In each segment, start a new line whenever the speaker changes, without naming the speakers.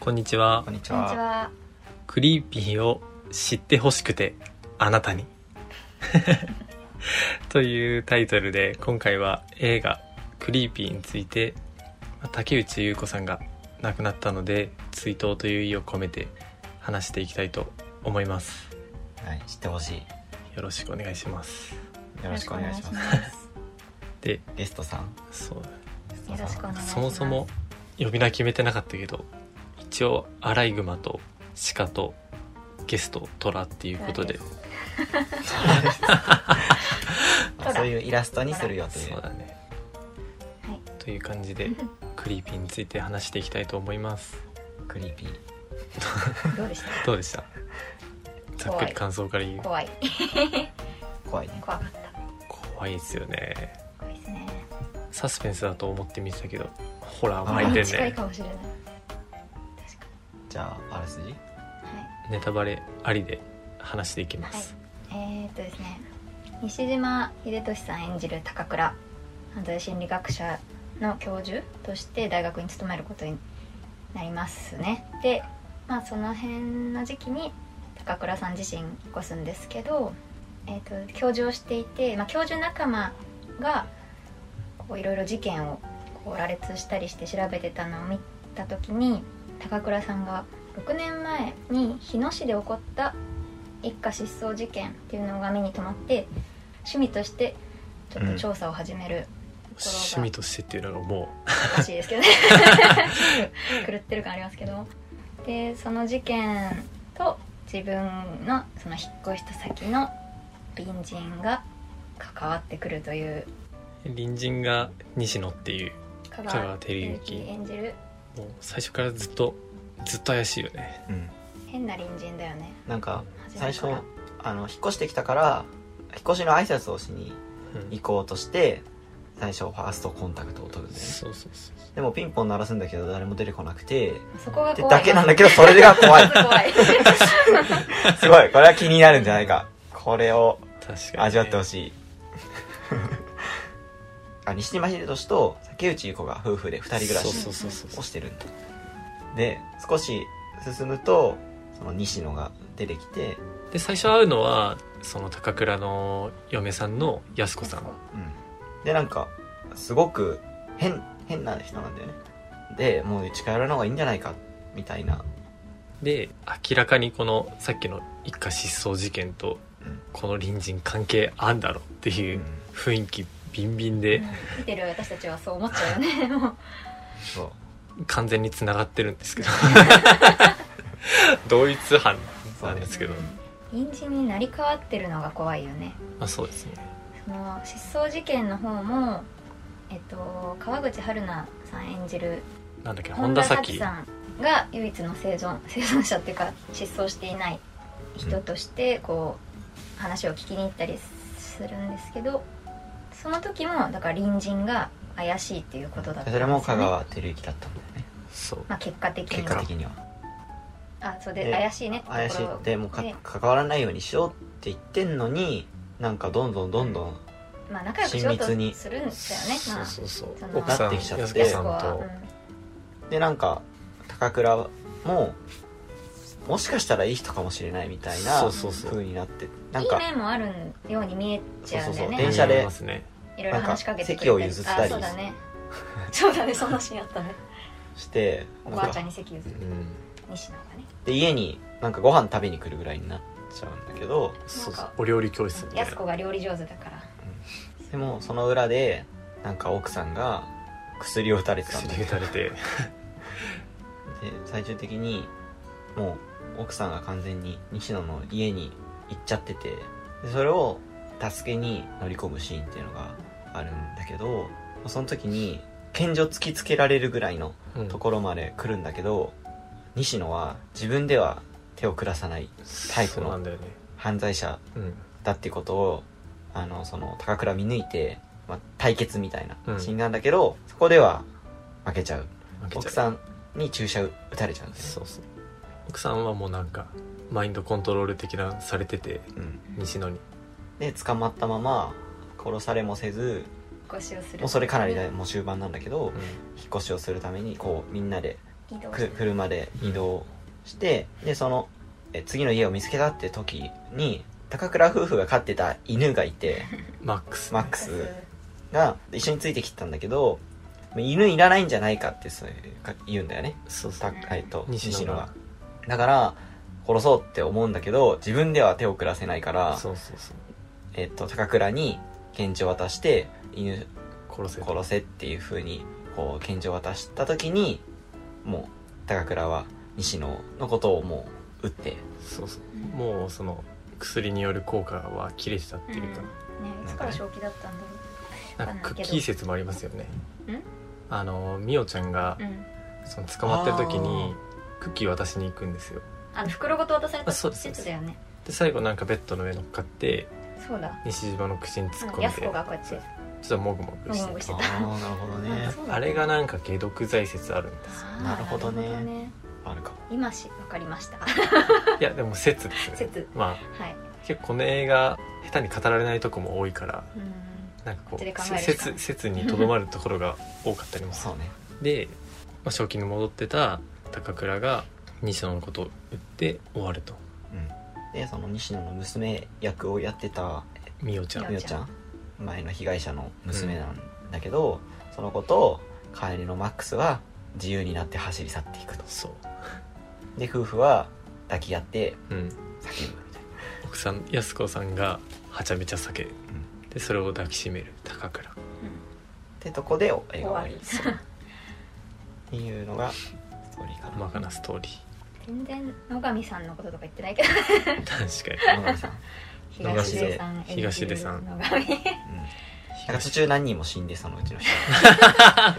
こんにちは
こんにち
こんにち
は。
は。
クリーピーを知ってほしくてあなたに というタイトルで今回は映画「クリーピー」についてまあ竹内優子さんが亡くなったので追悼という意を込めて話していきたいと思います
はい、知ってほし
よろしくお願いします
い。よろしくお願いします。
す。
で
ゲストさん。
そう
ゲス
よ
ト
ろしくお
さん
願いします。
そもそも呼び名決めてなかったけど一応アライグマと鹿とゲストトラっていうことで
ト
あそういうイラストにするよとい
そう
う。
だね
はい。
という感じ でクリーピーについて話していきたいと思います
クリーピー。
どうでし
どうでしたざっくり感想から言
た？
う
怖い。
怖いね。
怖かった。
怖いですよね
怖いですね。
サスペンスだと思って見てたけどホラー
あ
巻いてん
近い
ね
かもしれない。
じゃあ、あらすじ。
確かに。はい。
ネタバレありで話していきます、
えー、っとですね西島秀俊さん演じる高倉犯罪心理学者の教授として大学に勤めることになりますねでまあその辺の時期に高倉さん自身引っ越すんですけど、えー、と教授をしていて、まあ、教授仲間がこういろいろ事件をこう羅列したりして調べてたのを見た時に高倉さんが6年前に日野市で起こった一家失踪事件っていうのが目に留まって趣味としてちょっと調査を始めるとこ
趣
ろが
味としてっていうのがも
おかしいですけどね狂ってる感ありますけどでその事件と自分のその引っ越した先の隣人が関わってくるという
う隣人が西野っていう
香
香川照之
演じる
もう最初からずっとずっと怪しいよね
うん。
変な隣人だよね
なんか、
初
最
め
初
から、
あの、引っ越してきたから。引っ越しの挨拶をしに
うん
行こうとして。最初ファーストコンタクトを取るんだよね。
そうそうそう
でもピンポン鳴らすんだけど誰も出てこなくて
そこが
って
怖い
だけなんだけどそれが怖 い
怖い
すごいこれは気になるんじゃないかこれを
確かに、
味わってほ
しい
しい あ西島秀俊と竹内優子が夫婦で2人暮らし
そうそうそうそ
を
う
してるんだで少し進むとその西野が出てきて、
で最初会うのはその高倉の嫁さんの安子さん
うん、でなんかすごく変変な人なんだよねでもう近寄らない方がいいんじゃないかみたいな
で明らかにこのさっきの一家失踪事件と
うん
この隣人関係あんだろっていう雰囲気ビンビンで
見てる私たちはそう思っちゃうよねもう
そう
完全に繋がってるんです けど同一犯なんですけど、
隣人に成り代わってるのが怖いよね
まあ、そうですね
その失踪事件の方も、えっと、川口春奈さん演じる
なんだっけ
本
本
田
田
早
早
紀
紀
さんが唯一の生存 生存者っていうか失踪していない人としてこう話を聞きに行ったりするんですけどその時もだから隣人が怪しいっていうことだったんです
それ
よ、
も
ね、
香川照之だったんだよね
そう
まあ、結果的
結
に
果
は
的には
あそれで
で
怪しいねって
怪し
とこ
い
ろ
ってもうか関わらないようにしようって言ってんのになんかどんどんどんどん
まあ、仲良くしようとす
親
るん
密
だよね
に
そ
ま
う
あ
そうそう
その
奥さ
なっ
ん
てきちゃって
安子さん
そこは
と
うん
でなんか高倉ももしかしたらいい人かもしれないみたいな
そうそうそう
風になってなん
いい
か
面もあるように見えちゃうんだ
そうそう
よね
そう電車で
思いますね
いろいろ話しかけてくれ
なん
た
か
り
席を譲ったり
あそうだねそうだねそんなシーンあったね
して
お
なん
ばあちゃ
か
んに席譲る
うん
西野がね
で家になんかご飯食べに来るぐらいになっちゃうんだけど
そうそ
な
う
んか
お料理教室みたい
安
な
子が料理上手だから
でもその裏でなんか奥さんが薬を打たれてたんだ
薬
け
打
ど
たれて
で最終的にもう奥さんが完全に西野の家に行っちゃっててでそれを助けに乗り込むシーンっていうのがあるんだけどその時に拳銃突きつけられるぐらいの
うん
ところまで来るんだけど、西野は自分では手を下さないタイプの
そうなんだよね
犯罪者
うん
だってことをあのその高倉見抜いて、まあ、対決みたい
うん
なシーンなんだけど、そこでは負けちゃう
負けちゃう
奥さんに注射打たれちゃうんだよね
そうそう奥さんはもうなんかマインドコントロール的なのされてて
うん
西野に
で捕まったまま殺されもせず
腰をする
もうそれかなりだもう終盤なんだけど
うん
引っ越しをするためにこうみんなで
移動
く
して
車で移動して、でそのえ次の家を見つけたって時に高倉夫婦が飼ってた犬がいて
マックス
マックスが一緒についてきてたんだけど犬いらないんじゃないかってそういうか言うんだよね
そうそ
た
う
えっと
西野が
西野がだから殺そうって思うんだけど自分では手を下らせないから、
そうそうそう
えっと高倉に拳銃を渡して犬
殺せ
殺せっていう風にこう拳銃を渡した時にもう高倉は西野のことをもう撃って
そうそう
うん
もうその薬による効果は切れてたっていうか、
ねいつから正気だったんだ
なんかクッキー説もありますよね
ん
あのミオちゃんが
ろう、うん、
その捕まってる時に
あ
クッキー渡しに行くんですよ
あの袋ごと渡された
あそうです
説だよね
で最後なんかベッドの上乗っかって
そうだ
西島の口に突っ込んで
やす子がこうやって
そうちょっともぐもぐして
もぐもぐして
あ
た
あなるほどね
そうだ
あれがなんか解毒剤説あるんですよ
あー
なるほどね
な
あるか
今し分かりました
いやでも説ですね
説
ま
はい
あ結構この映画下手に語られないとこも多いから
うん
なんかこ
こっちで考え
う
るしか
説説にとどまるところが多かったりもする
そうね
で、まあ、賞金に戻ってた高倉が西野のことを言って終わると
うんでその西野の娘役をやってた
美桜ちゃん
美
み
桜
おちゃん前の被害者の娘なんだけど、そのことを帰りのマックスは自由になって走り去っていくと
そ
で夫婦は抱き合って
う、うん、
叫ぶみたい
奥さん安子さんがはちゃめちゃ酒、でそれを抱きしめる高倉
なでとこで映
終
画終
わ
わり
り
ですっていうのがストーリーかな
細かなストーリー
全然野上さんのこととか言ってないけど
確か
野上さん
野上
東出さん
東出さん
野上
うん、
に
なんか途中何人も死んでそのう ちの人、
だか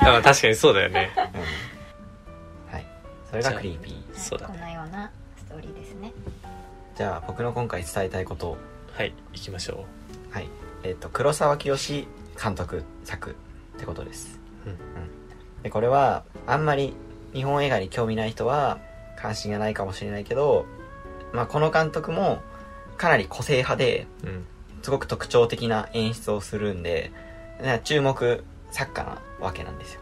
ら確かにそうだよね
うん、はいそれがクリーピー
そうだ
こん
ね
なようなストーリーですね
じゃあ僕の今回伝えたいこと
はい行きましょ
はいえっ、と黒沢清監督作ってことです、
うん
でこれはあんまり日本映画に興味ない人は関心がないかもしれないけど、まあ、この監督もかなり個性派で
ううん
すごく特徴的な演出をするんでな注目作家なわけなんですよ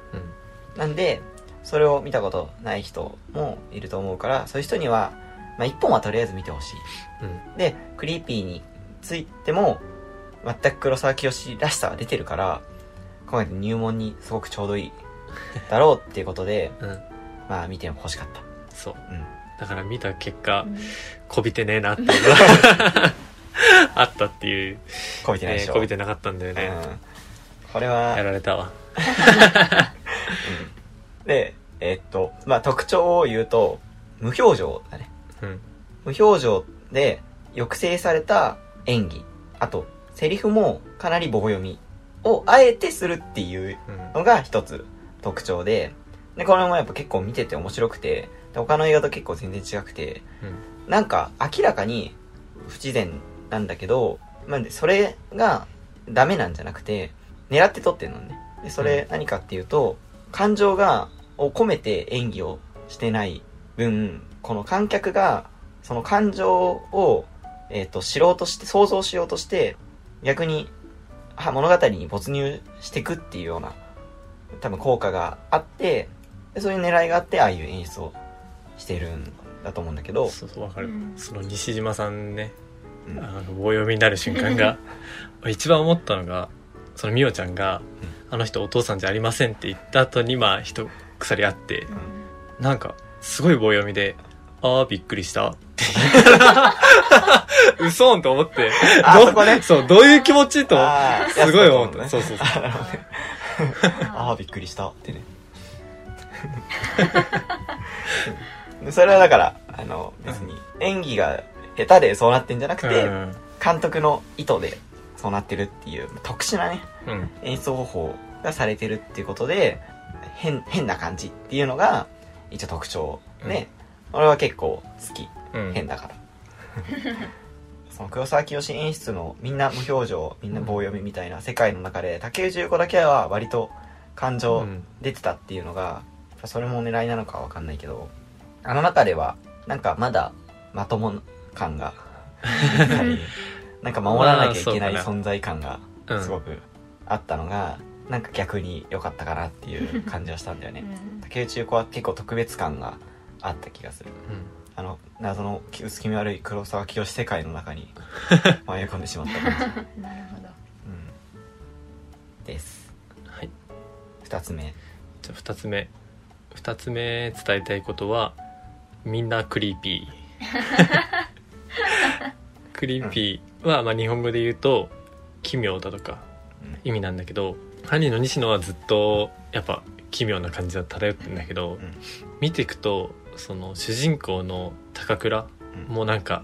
うん
なんでそれを見たことない人もいると思うからそういう人には、まあ、一本はとりあえず見てほしい
うん
でクリーピーについても全く黒沢清らしさは出てるから今回の入門にすごくちょうどいいだろうっていうことで
うん
まあ見てほしかった
そう
うん
だから見た結果、
うん
こびてねえなっていうのがあったっていう
こびてないで
ね
しょ、
こびてなかったんだよね、
うんこれ
や
は
られたわ
でえっとまあ特徴を言うと無表情だね
うん
無表情で抑制された演技あとセリフもかなり棒読みをあえてするっていう
うん
のが一つ特徴ででこれもやっぱ結構見てて面白くてで他の映画と結構全然違くて、なんか明らかに不自然なんだけど、まあ、でそれがダメなんじゃなくて狙って撮ってるのねでそれ何かっていうと、感情がを込めて演技をしてない分この観客がその感情を、えー、と知ろうとして想像しようとして逆には物語に没入していくっていうような多分効果があってでそういう狙いがあってああいう演出をしてるんだと思うんだけど
そうそうわかる、
うん
その西島さんね
うん
あの棒読みになる瞬間 が一番思ったのがその美桜ちゃんが「あの人お父さんじゃありません」って言った後にまあ一鎖あってなんかすごい棒読みで「あーびっくりした」って言う嘘んと思って
あ
どう
そこね
そうどういう気持ちと
あー
すごい思っ
や
た
つだと
そう
ね
そうそう
あ
あ
あびっくりしたってね でそれはだからあの別に演技が下手でそうなってんじゃなくて、
うん
監督の意図でそうなってるっていう特殊なね
うん
演出方法がされてるっていうことで変変な感じっていうのが一応特徴で、俺は結構好き
うん
変だから その黒沢清演出のみんな無表情みんな棒読みみたいな世界の中で竹内結子だけは割と感
う
情
ん
出てたっていうのがそれも狙いなのかわかんないけどあの中ではなんかまだまとも 感があったりなんか守らなきゃいけない
まあそうか
存在感が
うん
すごくあったのが、なんか逆に良かったかなっていう感じはしたんだよ
う
ね
ん
竹内結子は結構特別感があった気がするあの謎の薄気味悪い黒沢清世界の 中に迷い込んでしまった感じ、う
なるほど
ん、です
はい
2つ目
じゃあ2つ目2つ目伝えたいことはみんなクリーピー クリーピーは、まあ、日本語で言うと奇妙だとか
うん
意味なんだけど犯人の西野はずっとやっぱ奇妙な感じは漂ってんだけど、
ん
見ていくとその主人公の高倉
うん
もなんか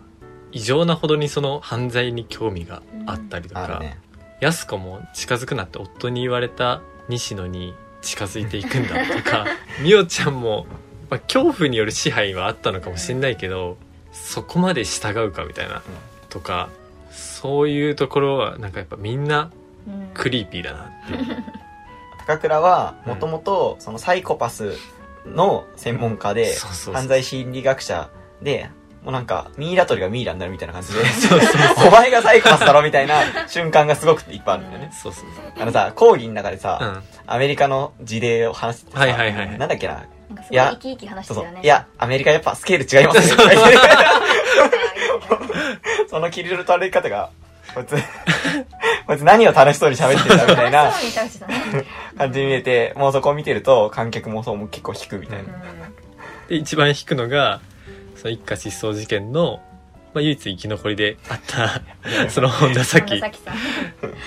異常なほどにその犯罪に興味があったりと
あ
か、
るね
安子も近づくなって夫に言われた西野に近づいていくんだと か美桜ちゃんも、まあ、恐怖による支配はあったのかもしれないけどそこまで従うかみたいなとかそういうところはなんかやっぱみんな
うん
クリーピーだなっていう。
高倉はもともとそのサイコパスの専門家で
そうそうそう
犯罪心理学者でもうなんかミイラ取りがミイラになるみたいな感じで
そうそう
お前がサイコパスだろみたいな瞬間がすごくいっぱいあるんだよね
そうそうそう
あのさ講義の中で
う
さ、
ん
アメリカの事例を話しててさ
はいはいはいはい
なんだっけな
なんかす
い
ごい
や
生き生き話
そ
し
う
て
そ
たよ
う
ね
い やアメリカやっぱスケール違いますねその切り取られ方がこいつ こいつ何を楽しそうに喋ってんだみたいな
楽しそうに食べてたね
感じに見えてもうそこを見てると観客もそうも結構引くみたいな、
で一番引くのがその一家失踪事件の、まあ、唯一生き残りであ ったその本田
さき
咲
さき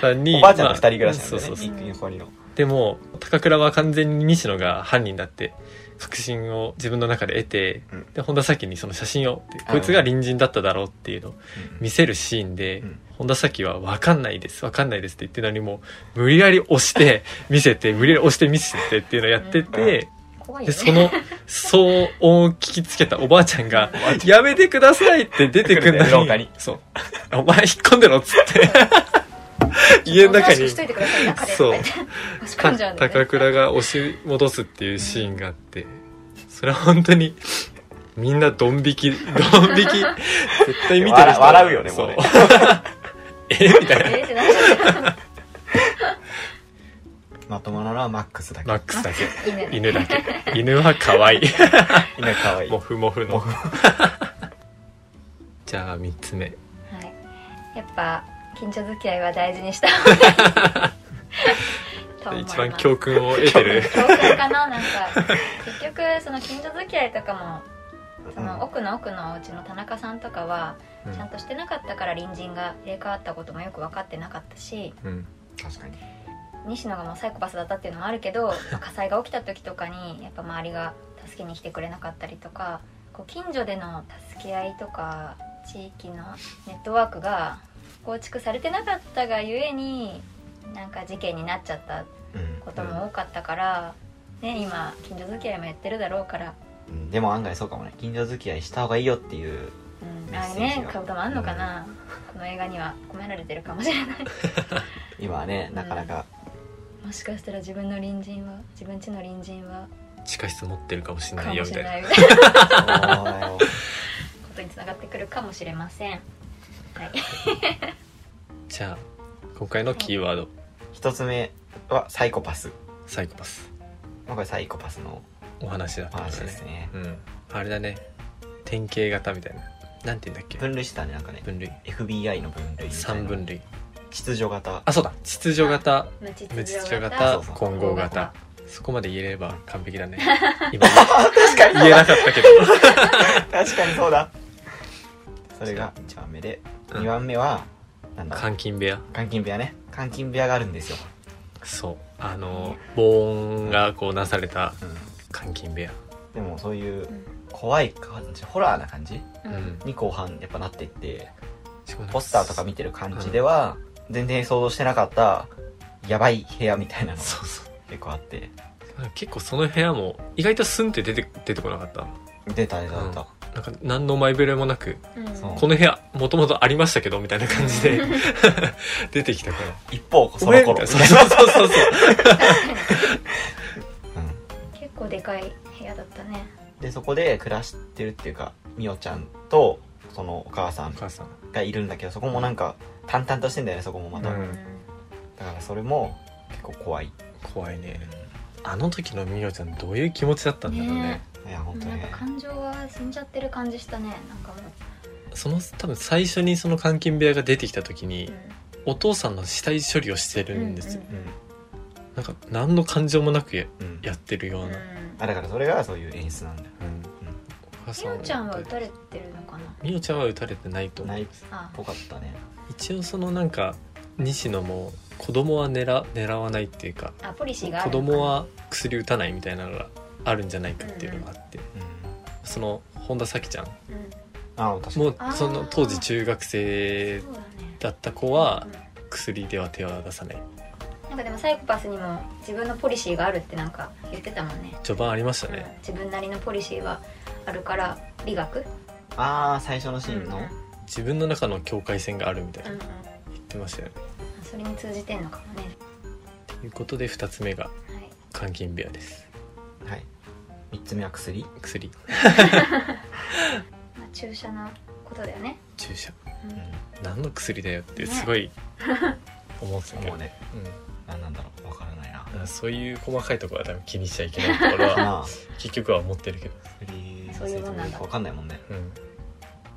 さ
さ
ん
んに
おばあちゃんと二人暮らし
まあ
なん
そう
で
そ
ね、
うそう
一気にここにの
でも高倉は完全に西野が犯人だって確信を自分の中で得て、
うん
で本田咲にその写真をって
あ
こいつが隣人だっただろうっていうのを見せるシーンで、
うん
本田咲は「分かんないです分かんないです」って言ってるのにもう無理やり押して 見せて無理やり押して見せてっていうのをやってて、
怖いよ
で、
ね
その、騒音を聞きつけたおばあちゃんが、やめてくださいって出てく んだ
廊下
に
に。
そう。お前引っ込んでろっつ って。家の中
おとなしく
に
し、といてください中で
そう
とか言って押し込んじゃうんだよね
高倉が押し戻すっていうシーンがあって、それは本当に、みんなドン引き、 ドン引き、絶対見てる
笑
人
笑うよね
そ
もうね
えみたいな。
えーってなっちゃっ
まともなのはマックスだけ
マックスだけ。
た 犬ね
犬だけ。犬は可愛い。
犬かわいい
もふもふ
モ
の。 じゃあ、三つ目。
はい、やっぱ近所付き合いは大事にした方 がいいと思います
一番教訓を得てる。
教訓か ななんか結局その近所付き合いとかもその奥の奥のうちの田中さんとかは
うん
ちゃんとしてなかったから隣人が入れ替わったこともよく分かってなかったし
うん
確かに
西野がもうサイコパスだったっていうのもあるけどまあ火災が起きた時とかにやっぱ周りが助けに来てくれなかったりとかこう近所での助け合いとか地域のネットワークが構築されてなかったがゆえになんか事件になっちゃった
うん
ことも多かったから、ね、今近所付き合いもやってるだろうから、
うんでも案外そうかもね近所付き合いした方がいいよっていう
うん、
メ
あ
ッ
あ
セージが
ね顔ともあんのかな、この映画には込められてるかもし れない
今はねなかな か
もしかしたら自分の隣人は自分家の隣人は
地下室持ってるかもしれな
か
い
も
よ
し
みた
れ
いな
ないみたい
お
な
ー
ことにつながってくるかもしれません。はい。
じゃあ今回のキーワード
一つ目はサイコパス
サイコパス
まあこれサイコパスの
お話だったんだ
話で
ね
すね
うんあれだね典型型みたいななんて言うんだっけ
分類してたねなんかね
分類
FBI の分類
3分類
秩序型
あそうだ秩序型
無秩
無秩序
そ
型
うそう
混合型そこまで言えれば完璧 だね今
確かに
言えなかったけど
確かにそうだそれが1番目で
うん
2番目はなんだ
監禁部屋
監禁部屋ね監禁部屋があるんですよ、
そうあの防音がこうなされた
うん、
監禁部屋
でもそういう
うん
怖い感じホラーな感じ
う。
うんん
に後半やっぱなっていって
しかもなん
ポスターとか見てる感じでは全然想像してなかったやばい部屋みたいなのが
そうそう
結構あって
結構その部屋も意外とスンって出て出てこなかった
出た出た
な
出た、
んか何の前触れもなく
うん
そう
この部屋もともとありましたけどみたいな感じ で出てきたから
一方その頃
俺みたいな そうそうそうそう
う
結構でかい部屋だったね。
んでそこで暮らしてるっていうかみおちゃんとそのお母さ
お
ん
母さん
がいるんだけどそこもなんか淡々としてんだよねそこもまた、
うん
だからそれも結構怖い
怖いねあの時の美桜ちゃんどういう気持ちだったんだろうね
ね
いや本当
なん
ね
か感情が死んじゃってる感じしたねなんかもう
その多分最初にその監禁部屋が出てきた時に、
う
お父さんの死体処理をしてるんですよ、
うん
なんか何の感情もなくや
うんうん
やってるような、
ん
あだからそれがそういう演出なんだよ
うんお母
み
さ
よちゃんは
は
撃たれてるのかな
美桜ちゃんは打たれてないと思う
ナイフっ
あ
ぽかったね
一応そのなんか西野も子供は狙狙わないっていうか
あポリシーがあ
子
るのかな
供は薬打たないみたいなのがあるんじゃないかっていうのがあって、
うん
その本田咲希ちゃん
うん
あ確かに
も
あー
その当時中学生
そうだね
だった子は
うん
薬では手は出さない
なんかでもサイコパスにも自分のポリシーがあるってなんか言ってたもんね、
序盤ありました
うん
ね、
自分なりのポリシーはあるから理学
ああ最初のシーン
うん
の
自分の中の境界線があるみたいな
うんうん
言ってましたよね
それに通じてんのかもね
ということで2つ目が
はい
監禁部屋です
はい3つ目は薬
薬
まあ、注射のことだよね、
注射
うん
う
何の薬だよってすごい思うんですよ
ん
ね
もうね
うん
何なんだろうわからないな
だからそういう細かいところは多分気にしちゃいけないところは
まあ
結局は思ってるけど、
薬
そういうもんなんだ
についてもよくわかんないもんね
うん、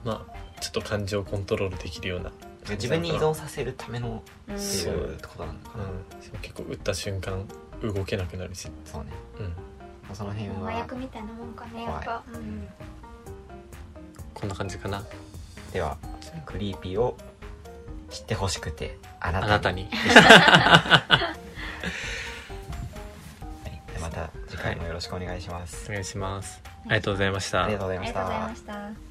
まあちょっと感情をコントロールできるような
自分に依存させるための
うん
って
そ
いううことなのか
う、
なん
しかも結構打った瞬間動けなくなるし、
そうね
うん、
その辺
麻
は
薬みたいなもんかねやっぱ、うん
こんな感じかな
ではクリーピーを知ってほしくてあな
あ
た
な
に
たに
はいでまた次回もよろしくお願いします、
お願いしますありがとうございました
ありがとうござ
あ
いま
り
し
がとうござい
た
ました